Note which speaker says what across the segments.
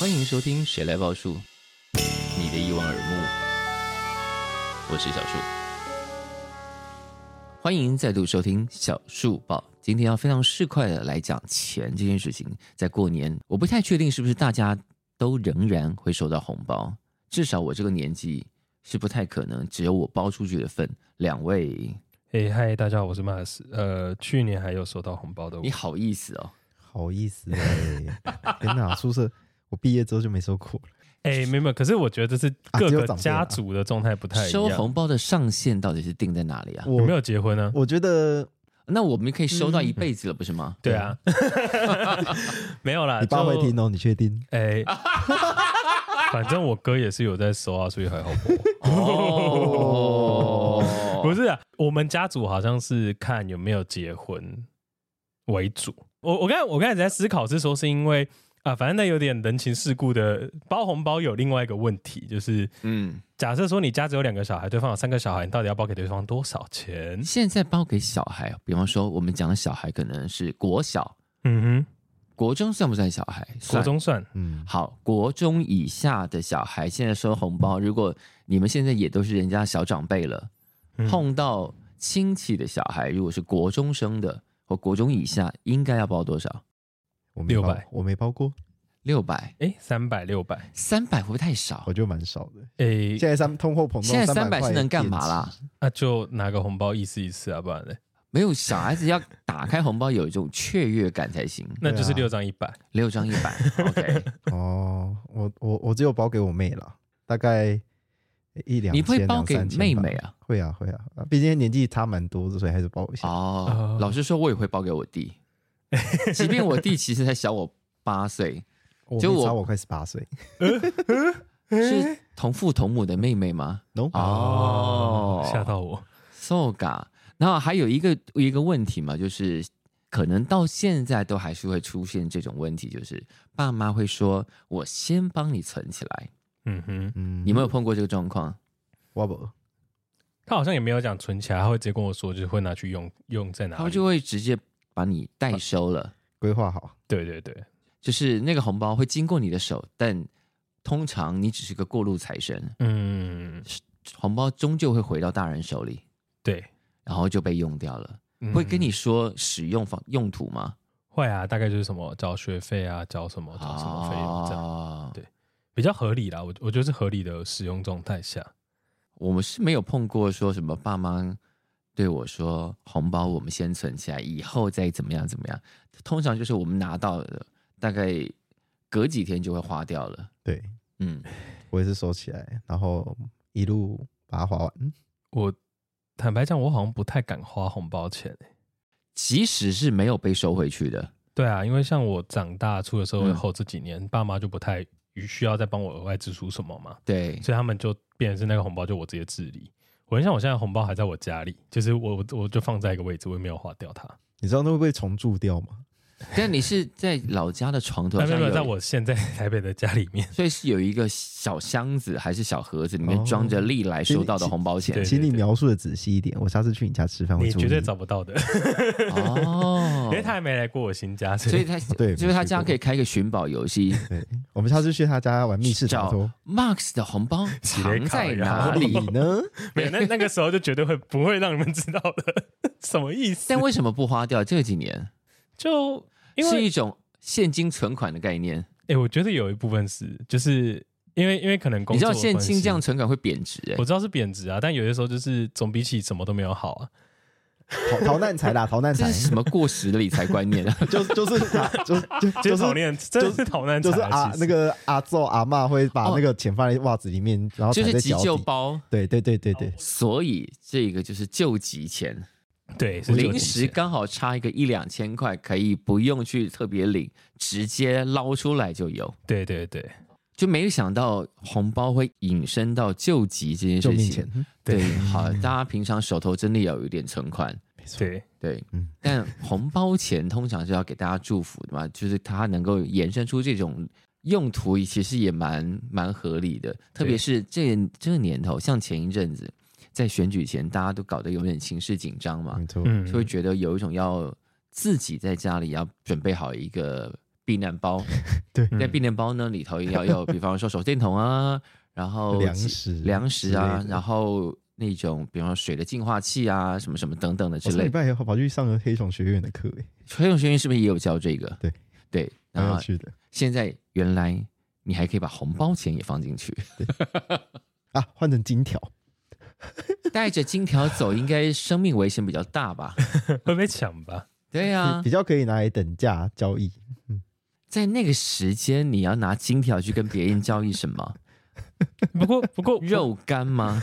Speaker 1: 欢迎收听《谁来报数》，你的一望而目，我是小树。欢迎再度收听小树报。今天要非常市侩的来讲钱这件事情。在过年，我不太确定是不是大家都仍然会收到红包，至少我这个年纪是不太可能只有我包出去的份。两位，
Speaker 2: 嘿，嗨，大家好，我是 Mas。呃，去年还有收到红包的我
Speaker 1: 你，好意思哦？
Speaker 3: 好意思哎、 天哪，宿舍我毕业之后就没收过了。
Speaker 2: 哎、没有没有，可是我觉得这是
Speaker 3: 啊
Speaker 2: 各
Speaker 3: 只有
Speaker 2: 个
Speaker 3: 长辈
Speaker 2: 家
Speaker 3: 啊
Speaker 2: 族的状态不太一
Speaker 1: 收
Speaker 2: 样。
Speaker 1: 红包的上限到底是定在哪里啊？
Speaker 2: 有
Speaker 3: 我
Speaker 2: 没有结婚呢、
Speaker 3: 我觉得
Speaker 1: 那我们可以收
Speaker 2: 嗯
Speaker 1: 到一辈子了，不是吗？
Speaker 2: 对啊， 没有啦，
Speaker 3: 啊
Speaker 1: 啊
Speaker 3: 你爸
Speaker 2: 就
Speaker 3: 会听哦，你确定？
Speaker 2: 哎，反正我哥也是有在收啊，所以还好不。
Speaker 1: 哦，
Speaker 2: 不是啊，我们家族好像是看有没有结婚为主。我我刚才我刚才在思考是说，是因为啊、反正那有点人情世故的包红包有另外一个问题，就是
Speaker 1: 嗯，
Speaker 2: 假设说你家只有两个小孩，对方有三个小孩，你到底要包给对方多少钱？
Speaker 1: 现在包给小孩，比方说我们讲的小孩可能是国小、
Speaker 2: 嗯
Speaker 1: 国中算不算小孩？
Speaker 2: 哼，国
Speaker 1: 算。
Speaker 2: 中算
Speaker 3: 嗯，
Speaker 1: 好，国中以下的小孩现在收红包，如果你们现在也都是人家小长辈了，
Speaker 2: 嗯
Speaker 1: 碰到亲戚的小孩，如果是国中生的或国中以下，应该要包多少？
Speaker 3: 我没包
Speaker 2: 600
Speaker 3: 我没包过，
Speaker 1: 六百、
Speaker 2: 哎，三百六百，
Speaker 1: 三百会不会太少
Speaker 3: 我？觉得蛮少的。
Speaker 2: 哎
Speaker 3: 现，在三通货膨胀，
Speaker 1: 现在三百
Speaker 3: 块
Speaker 1: 是能干嘛啦
Speaker 3: 贬值？
Speaker 2: 那啊就拿个红包意思意思啊，不然嘞，
Speaker 1: 没有小孩子要打开红包有一种雀跃感才行。
Speaker 2: 那就是
Speaker 3: 对
Speaker 2: 六
Speaker 3: 啊
Speaker 2: 张一百。
Speaker 1: 六张一百 ，OK。
Speaker 3: 哦，我我我只有包给我妹了，大概一两千。
Speaker 1: 你会包
Speaker 3: 两
Speaker 1: 给
Speaker 3: 三千吧
Speaker 1: 妹妹啊？
Speaker 3: 会啊会啊，啊毕竟年纪差蛮多的，所以还是包一下。
Speaker 1: 哦
Speaker 2: 哦，
Speaker 1: 老实说，我也会包给我 弟，即便我弟其实才小我八岁，
Speaker 3: 我
Speaker 1: 哦
Speaker 3: 妹
Speaker 1: 就我
Speaker 3: 差我快十八岁，
Speaker 1: 是同父同母的妹妹吗
Speaker 3: no，
Speaker 1: 哦
Speaker 2: 吓到我。
Speaker 1: ？So ga。然后还有一个一个问题嘛，就是可能到现在都还是会出现这种问题，就是爸妈会说我先帮你存起来。
Speaker 2: 嗯哼，
Speaker 3: 嗯，
Speaker 1: 你们有碰过这个状况？
Speaker 3: 我不
Speaker 2: 他好像也没有讲存起来，他会直接跟我说，就是会拿去用用在
Speaker 1: 他
Speaker 2: 哪
Speaker 1: 们
Speaker 2: 里
Speaker 1: 就。会直接把你代收了，
Speaker 3: 规划好，
Speaker 2: 对对对，
Speaker 1: 就是那个红包会经过你的手，但通常你只是个过路财神，
Speaker 2: 嗯，
Speaker 1: 红包终究会回到大人手里，
Speaker 2: 对，
Speaker 1: 然后就被用掉了。
Speaker 2: 嗯
Speaker 1: 会跟你说使用方用途吗？
Speaker 2: 会啊，大概就是什么交学费啊，交什么交什么费用这样，
Speaker 1: 哦
Speaker 2: 对比较合理啦。我我觉得是合理的使用状态下。
Speaker 1: 我们是没有碰过说什么爸妈对我说红包我们先存起来，以后再怎么样怎么样。通常就是我们拿到的，大概隔几天就会花掉了。
Speaker 3: 对
Speaker 1: 嗯，
Speaker 3: 我也是收起来，然后一路把它花完。嗯
Speaker 2: 我坦白讲，我好像不太敢花红包钱、欸。
Speaker 1: 即使是没有被收回去的，
Speaker 2: 对啊，因为像我长大出了社会
Speaker 1: 嗯
Speaker 2: 后这几年，爸妈就不太需要再帮我额外支出什么嘛，
Speaker 1: 对，
Speaker 2: 所以他们就变成是那个红包就我直接自理。我很像我现在红包还在我家里，就是我我我就放在一个位置，我也没有花掉它。
Speaker 3: 你知道那会不会重铸掉吗？
Speaker 1: 但你是在老家的床头
Speaker 2: 没
Speaker 1: 上
Speaker 2: 有没有，在
Speaker 1: 有，哦
Speaker 2: 我现在 台北的家里面，
Speaker 1: 所以是有一个小箱子还是小盒子，里面
Speaker 3: 哦
Speaker 1: 装着历来收到的红包钱
Speaker 2: 对。
Speaker 3: 请你描述的仔细一点，我下次去你家吃饭会
Speaker 2: 你
Speaker 3: 注意。
Speaker 2: 绝对找不到的，
Speaker 1: 哦，
Speaker 2: 因为他还没来过我新家，
Speaker 1: 所
Speaker 2: 所
Speaker 1: 以
Speaker 2: 以
Speaker 1: 他
Speaker 3: 对
Speaker 1: 就是他
Speaker 3: 没去
Speaker 1: 这样
Speaker 3: 过
Speaker 1: 可以开个寻宝游 戏，
Speaker 3: 对，我们下次去他家玩密室逃
Speaker 1: 找
Speaker 3: 脱。
Speaker 1: Max 的红包藏在哪里？
Speaker 3: 呢？
Speaker 2: 没有那那个时候就绝对会不会让你们知道的， 什么意思？
Speaker 1: 但为什么不花掉？这几年
Speaker 2: 就因
Speaker 1: 是
Speaker 2: 为
Speaker 1: 一种现金存款的概念。
Speaker 2: 哎、我觉得有一部分是就是因为因为可能工
Speaker 1: 你知
Speaker 2: 作
Speaker 1: 道
Speaker 2: 的
Speaker 1: 现
Speaker 2: 关
Speaker 1: 金这
Speaker 2: 系
Speaker 1: 样存款会贬值、欸，
Speaker 2: 我知道是贬值啊，但有些时候就是总比起什么都没有好啊。
Speaker 3: 逃逃难财啦，逃难
Speaker 1: 这
Speaker 3: 财
Speaker 1: 是什么过时的理财观 念啊？
Speaker 3: 就就是啊就就
Speaker 2: 就
Speaker 3: 就是
Speaker 2: 讨
Speaker 3: 是
Speaker 2: 厌，真的是讨难财
Speaker 3: 就
Speaker 2: 啊，
Speaker 3: 是啊
Speaker 2: 其实
Speaker 3: 那个阿揍阿嬷会把
Speaker 1: 哦
Speaker 3: 那个钱放在袜子里面，然后
Speaker 1: 就
Speaker 3: 踩
Speaker 1: 是
Speaker 3: 在
Speaker 1: 急
Speaker 3: 脚
Speaker 1: 救
Speaker 3: 底。
Speaker 1: 包，哦
Speaker 3: 对对对对对，
Speaker 1: 所以这个就是救急钱，
Speaker 2: 对是
Speaker 1: 临时
Speaker 3: 啊
Speaker 1: 刚好差一个一两千块，可以不用去特别领，直接捞出来就有。
Speaker 2: 对对对
Speaker 1: 就没有想到红包会引申到救急这件
Speaker 3: 救
Speaker 1: 事
Speaker 3: 命
Speaker 1: 情
Speaker 3: 钱。。嗯
Speaker 1: 对，好，大家平常手头真的要有一点存款，
Speaker 2: 对，
Speaker 1: 对，
Speaker 3: 嗯
Speaker 1: 但红包钱通常是要给大家祝福的嘛，就是它能够衍生出这种用途，其实也蛮蛮合理的。特别是这这个年头，像前一阵子在选举前，大家都搞得有点情势紧张嘛
Speaker 3: 没，错，
Speaker 2: 嗯，
Speaker 1: 就会觉得有一种要自己在家里要准备好一个避难包，
Speaker 3: 对
Speaker 1: 在避难包呢里头要要，比方说手电筒啊，然后
Speaker 3: 粮
Speaker 1: 几
Speaker 3: 食
Speaker 1: 粮食啊
Speaker 3: 之类，的
Speaker 1: 然后那种比方说水的净化器啊，什么什么等等的之
Speaker 3: 我上
Speaker 1: 类
Speaker 3: 礼
Speaker 1: 的。
Speaker 3: 拜也跑去上了黑熊学院的课，哎，
Speaker 1: 黑熊学院是不是也有教这个？
Speaker 3: 对
Speaker 1: 对，然
Speaker 3: 蛮有
Speaker 1: 后
Speaker 3: 趣的
Speaker 1: 现在原来你还可以把红包钱也放进去，
Speaker 3: 啊，换成金条，
Speaker 1: 带着金条走，应该生命危险比较大吧？
Speaker 2: 会被抢吧？
Speaker 1: 对呀、啊
Speaker 3: 比，较可以拿来等价交易。
Speaker 1: 在那个时间你要拿金条去跟别人交易什么
Speaker 2: 不过不 过
Speaker 1: 肉干 吗？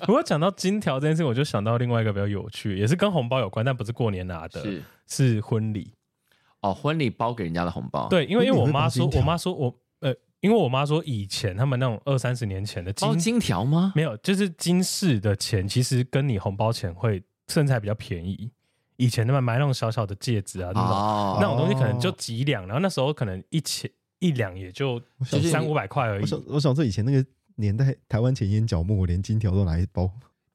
Speaker 2: 不过讲到金条这件事，我就想到另外一个比较有趣，也是跟红包有关，但不是过年拿的，
Speaker 1: 是
Speaker 2: 是婚礼。
Speaker 1: 哦，婚礼包给人家的红包，，
Speaker 2: 对，因为因为我妈说
Speaker 3: 婚礼会包金，条
Speaker 2: 我妈说我呃，因为我妈说以前他们那种二三十年前的金
Speaker 1: 包哦金条吗？
Speaker 2: 没有，就是金饰的钱，其实跟你红包钱会甚至还比较便宜。以前他们买那种小小的戒指啊，那种、那
Speaker 1: 哦，
Speaker 2: 种东西可能就几两，然后那时候可能一钱一两也就
Speaker 1: 就是
Speaker 2: 三五百块而
Speaker 3: 我
Speaker 2: 已。
Speaker 3: 想，我想说以前那个年代，台湾前烟角木，我连金条都拿来包。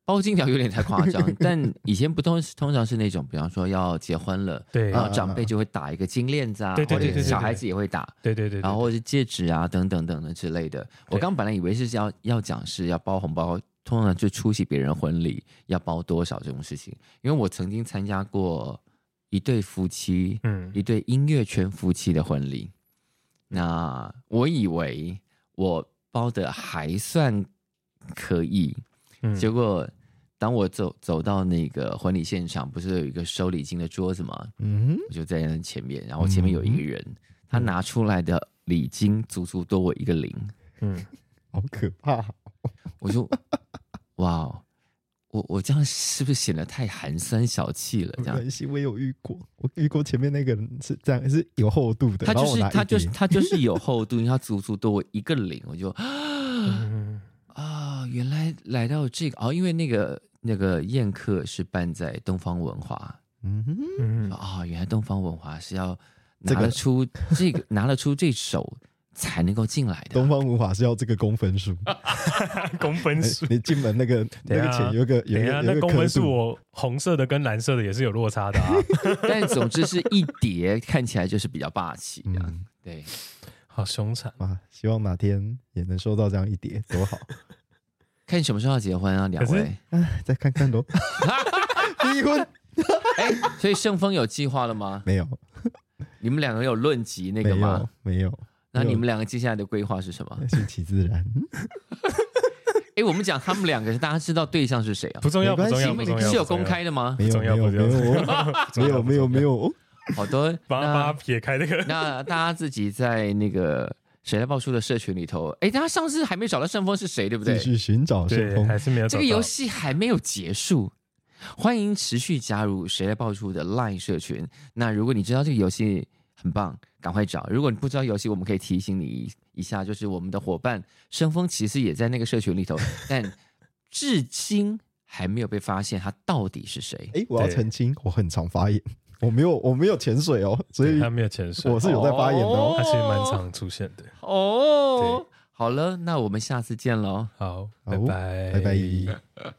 Speaker 1: 包金条有点太夸张， 但以前不通通常是那种，比方说要结婚了，
Speaker 2: 对
Speaker 1: 然后长辈就会打一个金链子啊，
Speaker 2: 对对
Speaker 1: 或
Speaker 3: 对
Speaker 1: 者
Speaker 3: 对对
Speaker 1: 小孩子也会打，
Speaker 2: 对对对对，
Speaker 1: 然后或者戒指啊等等等等之类的。我刚本来以为是要要讲是要包红包，通常就出席别人婚礼要包多少这种事情，因为我曾经参加过一对夫妻，
Speaker 2: 嗯
Speaker 1: 一对音乐圈夫妻的婚礼。那我以为我包的还算可以，
Speaker 2: 嗯
Speaker 1: 结果当我走走到那个婚礼现场，不是有一个收礼金的桌子吗？
Speaker 3: 嗯，
Speaker 1: 我就在那前面，然后前面有一个人，他拿出来的礼金足足多我一个零，
Speaker 2: 嗯，
Speaker 3: 好可怕！
Speaker 1: 我 就哇哦，我我这样是不是显得太寒酸小气了？
Speaker 3: 没
Speaker 1: 这样
Speaker 3: 关系，我也有遇过，我遇过前面那个人是这样，是有厚度的。
Speaker 1: 他就
Speaker 3: 然后我
Speaker 1: 是
Speaker 3: 拿一
Speaker 1: 他就是
Speaker 3: 叠
Speaker 1: 他就是 有厚度，因为他足足多我一个零，我就
Speaker 2: 嗯
Speaker 1: 啊、原来来到这个哦，因为那个那个宴客是办在东方文华
Speaker 3: 嗯哼，
Speaker 2: 嗯嗯
Speaker 1: 啊、原来东方文华是要
Speaker 3: 这
Speaker 1: 拿
Speaker 3: 个
Speaker 1: 得出这个拿得出这手才能够进来的
Speaker 3: 东
Speaker 1: 啊。
Speaker 3: 方文华是要这个公分数，
Speaker 2: 公分数。
Speaker 3: 你进门那个那
Speaker 2: 等一下
Speaker 3: 个钱有一个哎有
Speaker 2: 等
Speaker 3: 一
Speaker 2: 一
Speaker 3: 个
Speaker 2: 下，
Speaker 3: 有
Speaker 2: 那
Speaker 3: 一个
Speaker 2: 公
Speaker 3: 刻
Speaker 2: 分数
Speaker 3: 度。
Speaker 2: 我红色的跟蓝色的也是有落差的 啊。
Speaker 1: 但总之是一叠，看起来就是比较霸气这样。
Speaker 3: 嗯，
Speaker 1: 对，
Speaker 2: 好凶残，
Speaker 3: 哇，希望哪天也能收到这样一叠，多好！
Speaker 1: 看什么时候要结婚啊，两
Speaker 2: 可是
Speaker 1: 位。
Speaker 3: 哎，再看看咯。离婚
Speaker 1: 哎，所以盛峰有计划了吗？
Speaker 3: 没有？
Speaker 1: 你们两个有论及那个
Speaker 3: 没有
Speaker 1: 吗？？
Speaker 3: 没有，
Speaker 1: 那你们两个接下来的规划是什么？
Speaker 3: 顺其自然。
Speaker 1: 哎，我们讲他们两个，大家知道对象是谁啊？
Speaker 2: 不重要，
Speaker 3: 没
Speaker 2: 不
Speaker 3: 关系
Speaker 2: 重要，不重要，
Speaker 1: 是有
Speaker 2: 不重
Speaker 1: 公
Speaker 2: 要。
Speaker 1: 开的吗？
Speaker 3: 没有
Speaker 2: 重
Speaker 3: 没
Speaker 2: 要
Speaker 3: 有
Speaker 2: 不
Speaker 3: 没有
Speaker 2: 重要
Speaker 3: 没有没有没有，哦
Speaker 1: 好多。
Speaker 2: 把它把它
Speaker 1: 那
Speaker 2: 撇开那个，
Speaker 1: 那大家自己在那个谁来报数的社群里头，哎，大家上次还没找到盛峰是谁，对不
Speaker 3: 继
Speaker 1: 对？
Speaker 3: 续寻找顺
Speaker 2: 对，
Speaker 3: 风。
Speaker 2: 还是没有
Speaker 1: 这
Speaker 2: 找
Speaker 1: 个
Speaker 2: 到。
Speaker 1: 游戏还没有结束，欢迎持续加入“谁来爆出”的 LINE 社群。那如果你知道这个游戏很棒，赶快找；如果你不知道游戏，我们可以提醒你一一下，就是我们的伙伴生风其实也在那个社群里头，但至今还没有被发现他到底是谁。
Speaker 3: 哎，我 要
Speaker 2: 对
Speaker 3: 澄清，我很常发言，我没有我没有潜水哦，所
Speaker 2: 对
Speaker 3: 以
Speaker 2: 他没有潜水，
Speaker 3: 我是有在发言的
Speaker 1: 哦
Speaker 3: 哦。
Speaker 2: 他其实蛮常出现的。
Speaker 1: 哦，好了，那我们下次见喽。
Speaker 2: 好，
Speaker 3: 好
Speaker 2: 拜拜，
Speaker 3: 拜拜。